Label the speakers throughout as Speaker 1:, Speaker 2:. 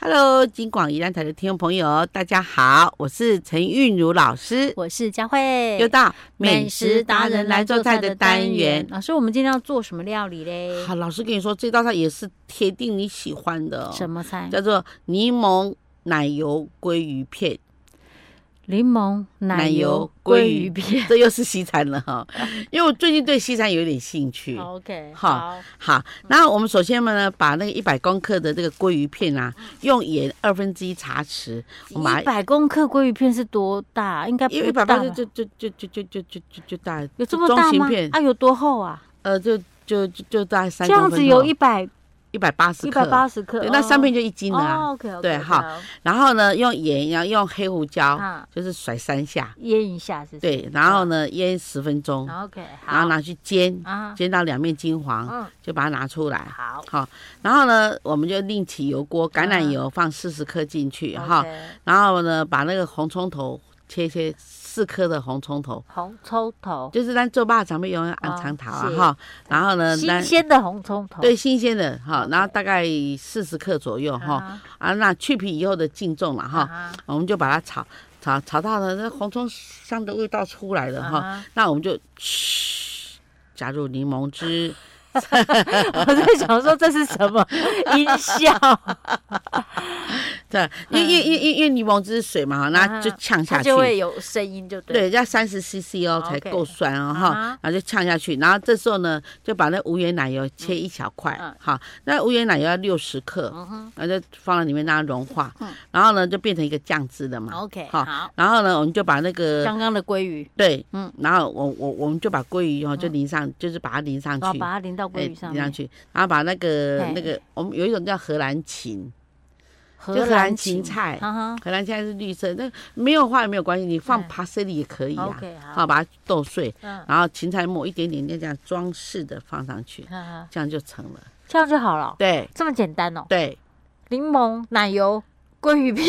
Speaker 1: Hello，金广宜兰台的听众朋友，大家好，我是陈韵如老师，
Speaker 2: 我是佳慧，
Speaker 1: 又到美食达人来做菜的单元。
Speaker 2: 老师，我们今天要做什么料理嘞？
Speaker 1: 好，老师跟你说，这道菜也是铁定你喜欢的、哦，
Speaker 2: 什么菜？
Speaker 1: 叫做柠檬奶油鲑鱼片。
Speaker 2: 柠檬奶油鲑鱼片，
Speaker 1: 这又是西餐了哈、因为我最近对西餐有点兴趣。
Speaker 2: 好 OK，
Speaker 1: 好
Speaker 2: 好，
Speaker 1: 好，那我们首先呢，把那个一百公克的这个鲑鱼片啊，用盐二分之一茶匙，我们把
Speaker 2: 一百公克鲑鱼片是多大？应该
Speaker 1: 因为
Speaker 2: 不
Speaker 1: 一百
Speaker 2: 啊大
Speaker 1: 八
Speaker 2: 吧
Speaker 1: 就就就就就就就就就就大，
Speaker 2: 有这么
Speaker 1: 中
Speaker 2: 大
Speaker 1: 型
Speaker 2: 吗？
Speaker 1: 片，
Speaker 2: 啊，有多厚啊？
Speaker 1: 呃，就就就就大概三哦
Speaker 2: 这样子有一百
Speaker 1: 一百八十
Speaker 2: 一
Speaker 1: 克，
Speaker 2: 百八十克，
Speaker 1: 对，
Speaker 2: 哦
Speaker 1: 那三片就一斤了啊。
Speaker 2: 哦，OK，OK，
Speaker 1: 对
Speaker 2: OK，
Speaker 1: 好然后呢，用盐，然后用黑胡椒，
Speaker 2: 啊，
Speaker 1: 就是甩三下，
Speaker 2: 腌一下是不是，
Speaker 1: 对，然后呢腌十分钟，
Speaker 2: 好，OK，
Speaker 1: 然后
Speaker 2: 哦好，
Speaker 1: 拿去煎，
Speaker 2: 啊，
Speaker 1: 煎到两面金黄，
Speaker 2: 嗯，
Speaker 1: 就把它拿出来。
Speaker 2: 好，
Speaker 1: 好，然后呢，我们就另起油锅，橄榄油放四十克进去哈，
Speaker 2: 嗯 OK，
Speaker 1: 然后呢，把那个红葱头切切四颗的红葱头，
Speaker 2: 红葱头，
Speaker 1: 就是咱做肉常备用红葱头啊哈，然后呢，
Speaker 2: 哦新
Speaker 1: 咱
Speaker 2: 鲜的红葱头，
Speaker 1: 对新鲜的哈，
Speaker 2: OK
Speaker 1: 然后大概四十克左右哈，
Speaker 2: 啊
Speaker 1: 啊，那去皮以后的净重了
Speaker 2: 哈，
Speaker 1: 哈，
Speaker 2: 啊
Speaker 1: 我们就把它炒炒炒到呢，那红葱香的味道出来了
Speaker 2: 啊哈
Speaker 1: 哈，那我们就嘘加入柠檬汁。
Speaker 2: 我在想说这是什么音 效？
Speaker 1: 对，因为因为因为因为因为柠檬汁是水嘛，哈，那
Speaker 2: 啊
Speaker 1: 就呛下
Speaker 2: 它
Speaker 1: 去
Speaker 2: 就，会有声音，就
Speaker 1: 对，
Speaker 2: 对。
Speaker 1: 要三十 CC 哦
Speaker 2: 好
Speaker 1: 才
Speaker 2: OK
Speaker 1: 够酸哦
Speaker 2: 啊
Speaker 1: 哈
Speaker 2: 哈，
Speaker 1: 然后就呛下去，然后这时候呢，就把那无盐奶油切一小块
Speaker 2: 嗯，
Speaker 1: 好，那无盐奶油要六十克，
Speaker 2: 嗯哼
Speaker 1: 然后就放到里面让它融化
Speaker 2: 嗯，
Speaker 1: 然后呢就变成一个酱汁了嘛，
Speaker 2: ，OK，
Speaker 1: 好
Speaker 2: 好。
Speaker 1: 然后呢我们就把那个
Speaker 2: 刚刚的鲑鱼，
Speaker 1: 对，嗯
Speaker 2: 嗯，
Speaker 1: 然后我我我们就把鲑鱼哦就
Speaker 2: 嗯
Speaker 1: 淋上，就是把它淋上
Speaker 2: 然后
Speaker 1: 去。
Speaker 2: 把它淋到
Speaker 1: 哎
Speaker 2: 鲑鱼上
Speaker 1: 淋上
Speaker 2: 面。
Speaker 1: 去，然后把那个
Speaker 2: 嘿
Speaker 1: 那个，我们有一种叫荷兰芹，
Speaker 2: 荷
Speaker 1: 就荷兰芹菜
Speaker 2: 哈哈
Speaker 1: 荷兰芹菜是绿色，那没有花也没有关系，你放
Speaker 2: 嗯
Speaker 1: parsley 也可以啊。
Speaker 2: ，OK，
Speaker 1: 好，
Speaker 2: 好，
Speaker 1: 把它剁碎，
Speaker 2: 嗯，
Speaker 1: 然后芹菜末一点点就这样装饰的放上去，
Speaker 2: 哈哈
Speaker 1: 这样就成了。
Speaker 2: 这样就好了，
Speaker 1: 对
Speaker 2: 这么简单哦。
Speaker 1: 对
Speaker 2: 柠檬、奶油、鲑鱼片，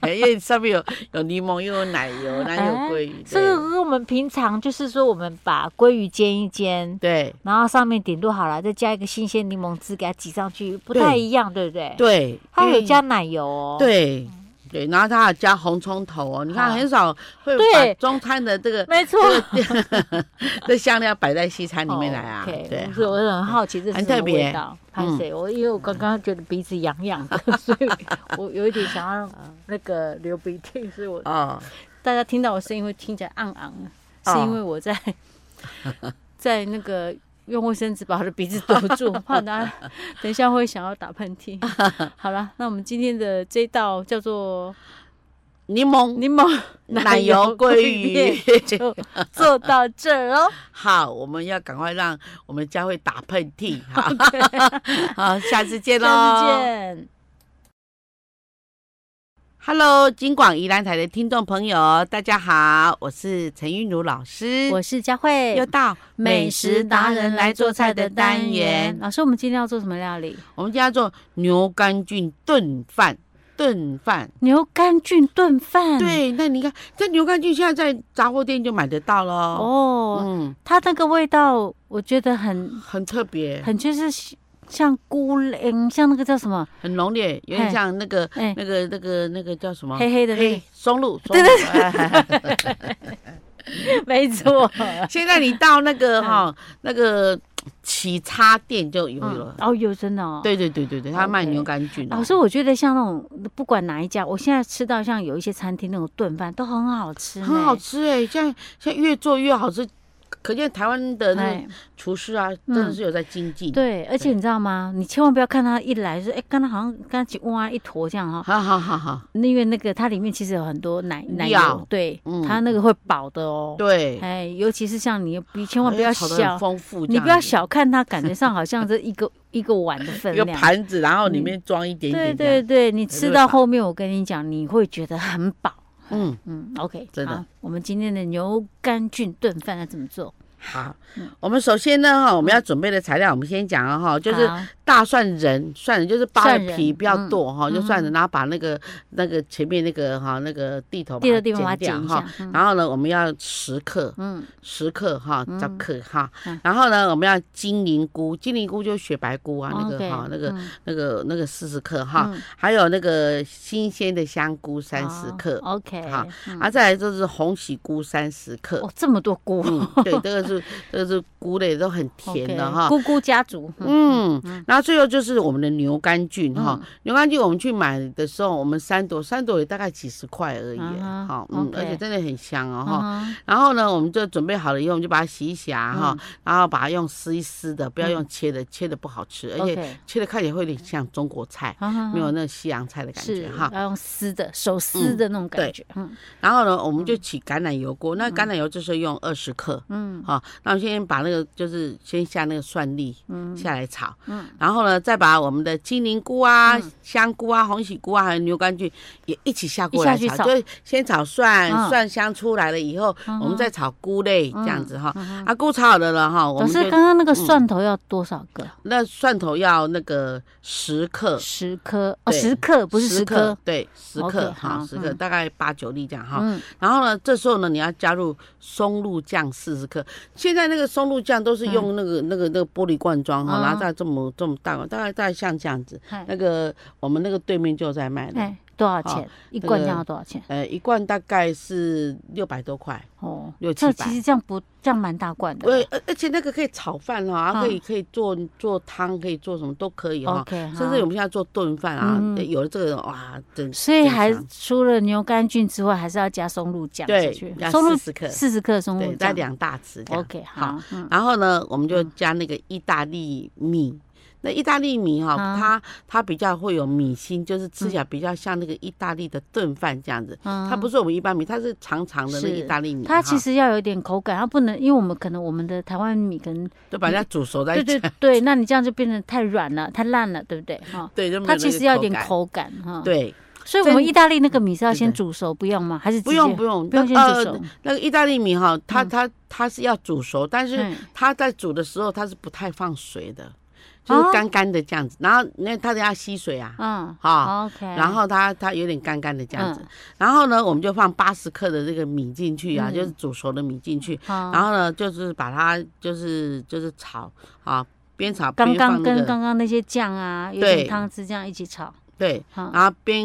Speaker 1: 对，因 为上面有有柠檬，又有奶油，然后有
Speaker 2: 哎
Speaker 1: 鲑鱼。
Speaker 2: 这
Speaker 1: 对
Speaker 2: 个跟我们平常就是说，我们把鲑鱼煎一煎，
Speaker 1: 对
Speaker 2: 然后上面顶多好了，再加一个新鲜柠檬汁给它挤上去，不
Speaker 1: 对
Speaker 2: 太一样，对不对？
Speaker 1: 对，
Speaker 2: 它
Speaker 1: 因
Speaker 2: 有
Speaker 1: 为
Speaker 2: 加奶油哦。
Speaker 1: 对对，然后它还加红葱头哦，你看
Speaker 2: 好
Speaker 1: 很少会把
Speaker 2: 对
Speaker 1: 中餐的这个
Speaker 2: 没错，
Speaker 1: 这香料摆在西餐里面来啊。
Speaker 2: 哦，OK，
Speaker 1: 对，
Speaker 2: 所以我很好奇这是
Speaker 1: 很
Speaker 2: 什么
Speaker 1: 特别
Speaker 2: 味道。拍
Speaker 1: 嗯
Speaker 2: 谁？我因为我刚刚觉得鼻子痒痒的， 所以我有一点想要那个流鼻涕，所以我
Speaker 1: 哦，
Speaker 2: 大家听到我声音会听起来昂昂的，是因为 我在在那个用卫生纸把我的鼻子堵住，怕大家等一下会想要打喷 嚏。好了，那我们今天的这道叫做
Speaker 1: 柠檬
Speaker 2: 柠檬
Speaker 1: 奶油鲑鱼。
Speaker 2: 就做到这儿 哦。
Speaker 1: 好，我们要赶快让我们家会打喷 嚏。好， 好，下次见喽，
Speaker 2: 下次。见。
Speaker 1: Hello，金广宜兰台的听众朋友，大家好，我是陈韵如老师，
Speaker 2: 我是佳慧，
Speaker 1: 又到美食达人来做菜的单元。
Speaker 2: 老师，我们今天要做什么料理？
Speaker 1: 我们今天要做牛肝菌炖饭，炖饭。
Speaker 2: 牛肝菌炖饭。。
Speaker 1: 对，那你看，这牛肝菌现在在杂货店就买得到喽。
Speaker 2: 哦，
Speaker 1: 嗯，
Speaker 2: 它那个味道，我觉得很
Speaker 1: 很特别，
Speaker 2: 很就是像菇类，嗯，像那个叫什么，
Speaker 1: 很浓烈，有点
Speaker 2: 嘿
Speaker 1: 像那个
Speaker 2: 哎、
Speaker 1: 那个那个那个叫什么？
Speaker 2: 黑黑的那
Speaker 1: 嘿
Speaker 2: 个，
Speaker 1: 松露，松露。
Speaker 2: 没错。
Speaker 1: 现在你到那个
Speaker 2: 嗯
Speaker 1: 哈、那个起叉店就有了
Speaker 2: 嗯。哦，有真的哦。。
Speaker 1: 对对对对对，他卖
Speaker 2: OK
Speaker 1: 牛肝菌、哦。
Speaker 2: 老师，我觉得像那种不管哪一家，我现在吃到像有一些餐厅那种炖饭都很好吃呢，
Speaker 1: 很好吃哎、现在现在越做越好吃，可见台湾的那
Speaker 2: 哎嗯
Speaker 1: 个。厨师啊，真的是有在精进。，
Speaker 2: 对，而且你知道吗？你千万不要看它一来就是，哎，刚才好像刚才哇一坨这样哈、
Speaker 1: 好好好好，
Speaker 2: 那因为那个它里面其实有很多奶奶
Speaker 1: 料
Speaker 2: 油，对，
Speaker 1: 嗯
Speaker 2: 它那个会饱的哦。
Speaker 1: 对，哎
Speaker 2: 哎，尤其是像你，你千万不要
Speaker 1: 炒得很
Speaker 2: 小，
Speaker 1: 丰富，
Speaker 2: 你不要。小看它，感觉上好像这一 个一个碗的分
Speaker 1: 一个
Speaker 2: 量。
Speaker 1: 盘子，然后里面装一点
Speaker 2: 对
Speaker 1: 点这样，
Speaker 2: 对对，你
Speaker 1: 就
Speaker 2: 吃
Speaker 1: 会
Speaker 2: 到
Speaker 1: 饱
Speaker 2: 后面，我跟你讲，你会觉得很饱。
Speaker 1: 嗯，
Speaker 2: 嗯，OK，
Speaker 1: 真的
Speaker 2: 好。我们今天的牛肝菌炖饭要怎么做？
Speaker 1: 好，
Speaker 2: 嗯
Speaker 1: 我们首先呢哈，我们要准备的材料，我们先讲了哈，就是
Speaker 2: 好
Speaker 1: 大蒜仁，蒜仁就是扒
Speaker 2: 蒜
Speaker 1: 的
Speaker 2: 仁
Speaker 1: 皮不要
Speaker 2: 嗯
Speaker 1: 剁哈，就蒜仁，然后把那个那个前面那个哈那个地头
Speaker 2: 第二地方把它
Speaker 1: 掉
Speaker 2: 剪一
Speaker 1: 哈
Speaker 2: 下，，嗯
Speaker 1: 然后呢，我们要十克，
Speaker 2: 嗯，
Speaker 1: 十克哈，
Speaker 2: 嗯
Speaker 1: 十克哈
Speaker 2: 嗯，
Speaker 1: 然后呢，我们要金灵菇，金灵菇就是雪白菇啊，那个
Speaker 2: OK，
Speaker 1: 哈那个
Speaker 2: 嗯
Speaker 1: 那个那个四十克哈
Speaker 2: 嗯，
Speaker 1: 还有那个新鲜的香菇三十
Speaker 2: 好
Speaker 1: 克，
Speaker 2: ，OK，
Speaker 1: 好
Speaker 2: 嗯
Speaker 1: 啊，再来就是红喜菇三十克，
Speaker 2: 哦，这么多菇，
Speaker 1: 嗯，对，这个是这个是菇类都很甜
Speaker 2: OK，
Speaker 1: 的哈。
Speaker 2: 菇菇家族，嗯
Speaker 1: 嗯，然后最后就是我们的牛肝菌哈，牛肝菌我们去买的时候，我们三朵，三朵也大概几十块而已，
Speaker 2: 啊哈
Speaker 1: 好，嗯，
Speaker 2: OK
Speaker 1: 而且真的很香哦哈。
Speaker 2: 嗯
Speaker 1: 然后呢，我们就准备好了以后，我们就把它洗一洗啊哈，然后把它用撕一撕的，不要用切的，切的不好吃，而且
Speaker 2: 嗯 OK，
Speaker 1: 切的看起来会有点像中国菜，
Speaker 2: 嗯
Speaker 1: 没有那西洋菜的感
Speaker 2: 是
Speaker 1: 觉哈。
Speaker 2: 要用撕的，手撕的那种感
Speaker 1: 对
Speaker 2: 觉，嗯
Speaker 1: 然后呢，我们就起橄榄油锅，那橄榄油这时候用二十克，嗯，好、那我们先把那个就是先下那个蒜粒，嗯，下来炒，嗯，然后呢，再把我们的金灵菇啊、
Speaker 2: 嗯
Speaker 1: 香菇啊、红喜菇啊，还有牛肝菌也一起下锅来
Speaker 2: 一下
Speaker 1: 炒，
Speaker 2: 去炒
Speaker 1: 就是先炒蒜，
Speaker 2: 嗯
Speaker 1: 蒜香出来了以后，我们再炒菇类这样子哈、
Speaker 2: 嗯
Speaker 1: 啊，菇炒好了了哈，我
Speaker 2: 老
Speaker 1: 们
Speaker 2: 师，
Speaker 1: 就嗯
Speaker 2: 刚刚那个蒜头要多少个？
Speaker 1: 那蒜头要那个十克。
Speaker 2: 十颗哦，
Speaker 1: 对
Speaker 2: 十克不是十颗
Speaker 1: 克，，对，十
Speaker 2: OK，
Speaker 1: 克哈，
Speaker 2: 好
Speaker 1: 十克
Speaker 2: 嗯
Speaker 1: 大概八九粒这样哈。
Speaker 2: 嗯，
Speaker 1: 然后呢，这时候呢，你要加入松露酱四十克。现在那个松露酱都是用那个、那个那个玻璃罐装哈，
Speaker 2: 嗯
Speaker 1: 然后再这么这么大，大概大概像这样子。
Speaker 2: 嗨
Speaker 1: 那个我们那个对面就在卖的，
Speaker 2: 哎，多少
Speaker 1: 好
Speaker 2: 钱？一
Speaker 1: 那
Speaker 2: 罐
Speaker 1: 个
Speaker 2: 这样要多少钱？
Speaker 1: 呃，一罐大概是六百多块。
Speaker 2: 哦，
Speaker 1: 六
Speaker 2: 这
Speaker 1: 七百
Speaker 2: 其实这样不这样蛮大罐的
Speaker 1: 对
Speaker 2: 了。，
Speaker 1: 而而且那个可以炒饭哈、啊，
Speaker 2: 嗯
Speaker 1: 可以可以做做汤，可以做什么都可以哈、
Speaker 2: OK，
Speaker 1: 甚至我们现在做炖饭啊，
Speaker 2: 嗯
Speaker 1: 有了这个哇，真
Speaker 2: 所以
Speaker 1: 真
Speaker 2: 还
Speaker 1: 香
Speaker 2: 除了牛肝菌之外，还是要加松露酱
Speaker 1: 对
Speaker 2: 进去，
Speaker 1: 加
Speaker 2: 松露
Speaker 1: 40克
Speaker 2: 四十克松露
Speaker 1: 对，再
Speaker 2: 酱
Speaker 1: 两大匙这样。
Speaker 2: ，OK，
Speaker 1: 好
Speaker 2: 好，嗯
Speaker 1: 然后呢，我们就加那个意大利米。那意大利米哈、
Speaker 2: 啊
Speaker 1: 它它比较会有米心，就是吃起来比较像那个意大利的炖饭这样子。
Speaker 2: 嗯
Speaker 1: 它不是我们一般米，它是长长的那个
Speaker 2: 是
Speaker 1: 意大利米哈。
Speaker 2: 它其实要有点口感，它不能，因为我们可能我们的台湾米可能，
Speaker 1: 就把人家煮熟在
Speaker 2: 对对对，那你这样就变得太软了，太烂了，对不对？哈，
Speaker 1: 对，就没有
Speaker 2: 它
Speaker 1: 那
Speaker 2: 其
Speaker 1: 个
Speaker 2: 实要有点
Speaker 1: 感。
Speaker 2: 口感哈。，
Speaker 1: 对，
Speaker 2: 所以我们
Speaker 1: 真
Speaker 2: 意大利那个米是要先
Speaker 1: 对对
Speaker 2: 煮熟，不用吗？还是
Speaker 1: 不
Speaker 2: 直
Speaker 1: 用
Speaker 2: 接
Speaker 1: 不用，
Speaker 2: 不用先
Speaker 1: 那
Speaker 2: 煮熟
Speaker 1: 呃？那个意大利米哈，它它它是要煮熟，但是
Speaker 2: 嗯
Speaker 1: 它在煮的时候它是不太放水的，就是
Speaker 2: 哦
Speaker 1: 干干的这样子。然后那它得要吸水啊，
Speaker 2: 嗯
Speaker 1: 哈。
Speaker 2: ，OK。
Speaker 1: 然后它它有点干干的这样子，
Speaker 2: 嗯
Speaker 1: 然后呢，我们就放八十克的这个米进去啊，就是煮熟的米进去，
Speaker 2: 好，
Speaker 1: 然后呢，就是把它就是就是炒啊，边炒边
Speaker 2: 刚
Speaker 1: 放
Speaker 2: 刚
Speaker 1: 那
Speaker 2: 跟
Speaker 1: 个
Speaker 2: 刚刚那些酱啊，有
Speaker 1: 对
Speaker 2: 点汤汁这样一起炒，
Speaker 1: 对，
Speaker 2: 好
Speaker 1: 然后边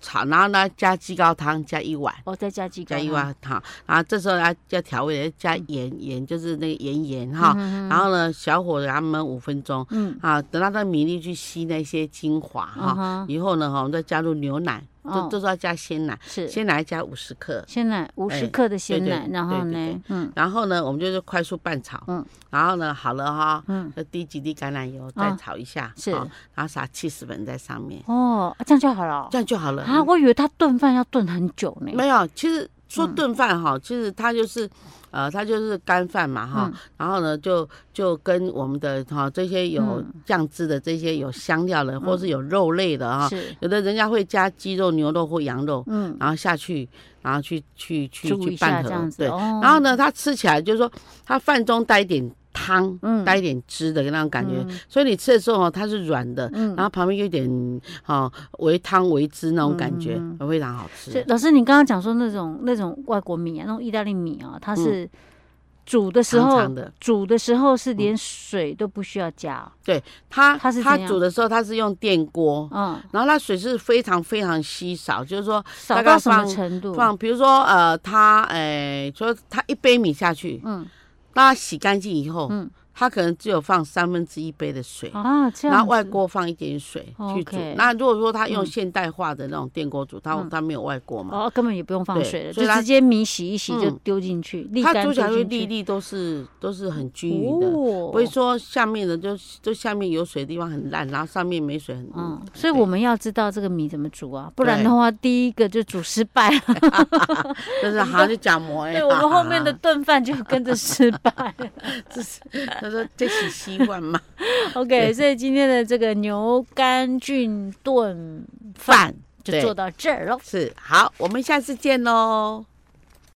Speaker 1: 炒，然后呢加鸡高汤加一碗。
Speaker 2: 我再加几啊个
Speaker 1: 加
Speaker 2: 哈，
Speaker 1: 一碗汤，然后这时候要要调味了，加盐盐就是那个盐盐哈，然后呢小火给它焖五分钟，
Speaker 2: 嗯，
Speaker 1: 啊，等到那米粒去吸那些精华
Speaker 2: 嗯
Speaker 1: 哈，
Speaker 2: 哼，
Speaker 1: 以后呢哈，我们再加入牛奶，这
Speaker 2: 哦
Speaker 1: 这时候要加鲜奶，
Speaker 2: 是
Speaker 1: 鲜奶加五十克，
Speaker 2: 鲜奶五
Speaker 1: 哎
Speaker 2: 十克的鲜
Speaker 1: 对
Speaker 2: 奶，
Speaker 1: 对
Speaker 2: 然后
Speaker 1: 对对
Speaker 2: 呢，嗯，
Speaker 1: 然后呢，我们就是快速拌炒，
Speaker 2: 嗯
Speaker 1: 然后呢，好了哈，
Speaker 2: 嗯
Speaker 1: 就滴几滴橄榄油，再炒一下，
Speaker 2: 是
Speaker 1: 好然后撒气死粉在上面，
Speaker 2: 哦，啊这样就好了哦
Speaker 1: 这样就好了。
Speaker 2: 啊，我以为它炖饭要炖很久呢，
Speaker 1: 没有，其实说炖饭
Speaker 2: 嗯
Speaker 1: 哈，其实它就是。呃，它就是干饭嘛哈，然后呢，就就跟我们的哈这些有
Speaker 2: 嗯
Speaker 1: 酱汁的、这些有香料的，或是有肉类的哈，
Speaker 2: 是，
Speaker 1: 有的人家会加鸡肉、牛肉或羊肉，
Speaker 2: 嗯，
Speaker 1: 然后下去，然后去去去
Speaker 2: 煮
Speaker 1: 去
Speaker 2: 一下
Speaker 1: 拌
Speaker 2: 这
Speaker 1: 合
Speaker 2: 样，子，
Speaker 1: 对，
Speaker 2: 哦
Speaker 1: 然后呢，它吃起来就是说，它饭中带一点汤，
Speaker 2: 嗯
Speaker 1: 带一点汁的那种感觉，所以你吃的时候哦，它是软的，
Speaker 2: 嗯
Speaker 1: 然后旁边有点哦为汤为汁那种感觉，非常好
Speaker 2: 嗯所以
Speaker 1: 吃。
Speaker 2: 老师，你刚刚讲说那种那种外国米啊，那种意大利米啊，
Speaker 1: 嗯
Speaker 2: 它是煮的时
Speaker 1: 长
Speaker 2: 候
Speaker 1: 长的，
Speaker 2: 煮的时候是连水都不需要加哦，
Speaker 1: 它
Speaker 2: 它是
Speaker 1: 它
Speaker 2: 怎样
Speaker 1: 煮的时候，它是用电锅，
Speaker 2: 嗯，
Speaker 1: 然后它水是非常非常稀少，就是说
Speaker 2: 少
Speaker 1: 大
Speaker 2: 到
Speaker 1: 概
Speaker 2: 什么
Speaker 1: 放
Speaker 2: 程度？
Speaker 1: 放，比如说呃，它哎，说它一杯米下去，
Speaker 2: 嗯
Speaker 1: 那它洗干净以后，
Speaker 2: 嗯
Speaker 1: 它可能只有放三分之一杯的水。
Speaker 2: 啊，这样
Speaker 1: 然后外
Speaker 2: 子哦
Speaker 1: 锅放一点水去煮。
Speaker 2: OK
Speaker 1: 那如果说他用
Speaker 2: 嗯
Speaker 1: 现代化的那种电锅煮，它
Speaker 2: 嗯
Speaker 1: 它没有外锅嘛，
Speaker 2: 哦，根本也不用放
Speaker 1: 对
Speaker 2: 水了，
Speaker 1: 所
Speaker 2: 就
Speaker 1: 以它
Speaker 2: 直接米洗一洗就
Speaker 1: 嗯
Speaker 2: 丢进去，沥
Speaker 1: 它
Speaker 2: 干
Speaker 1: 煮起来
Speaker 2: 丢
Speaker 1: 会
Speaker 2: 进
Speaker 1: 粒
Speaker 2: 去。
Speaker 1: 粒都是都是很均匀的，
Speaker 2: 哦
Speaker 1: 不会说下面的就就下面有水的地方很烂，然后上面没水很。
Speaker 2: 嗯
Speaker 1: 嗯，，
Speaker 2: 所以
Speaker 1: 对
Speaker 2: 我们要知道这个米怎么煮啊，不然
Speaker 1: 对
Speaker 2: 的话，第一个就煮失 败了。
Speaker 1: 就是好像就假模哎，
Speaker 2: 对我们后面的炖饭就跟着失败。
Speaker 1: 他说这是习惯嘛
Speaker 2: OK，
Speaker 1: 对
Speaker 2: 所以今天的这个牛肝菌炖饭
Speaker 1: 饭
Speaker 2: 就做到这儿喽。
Speaker 1: 是好，我们下次见喽。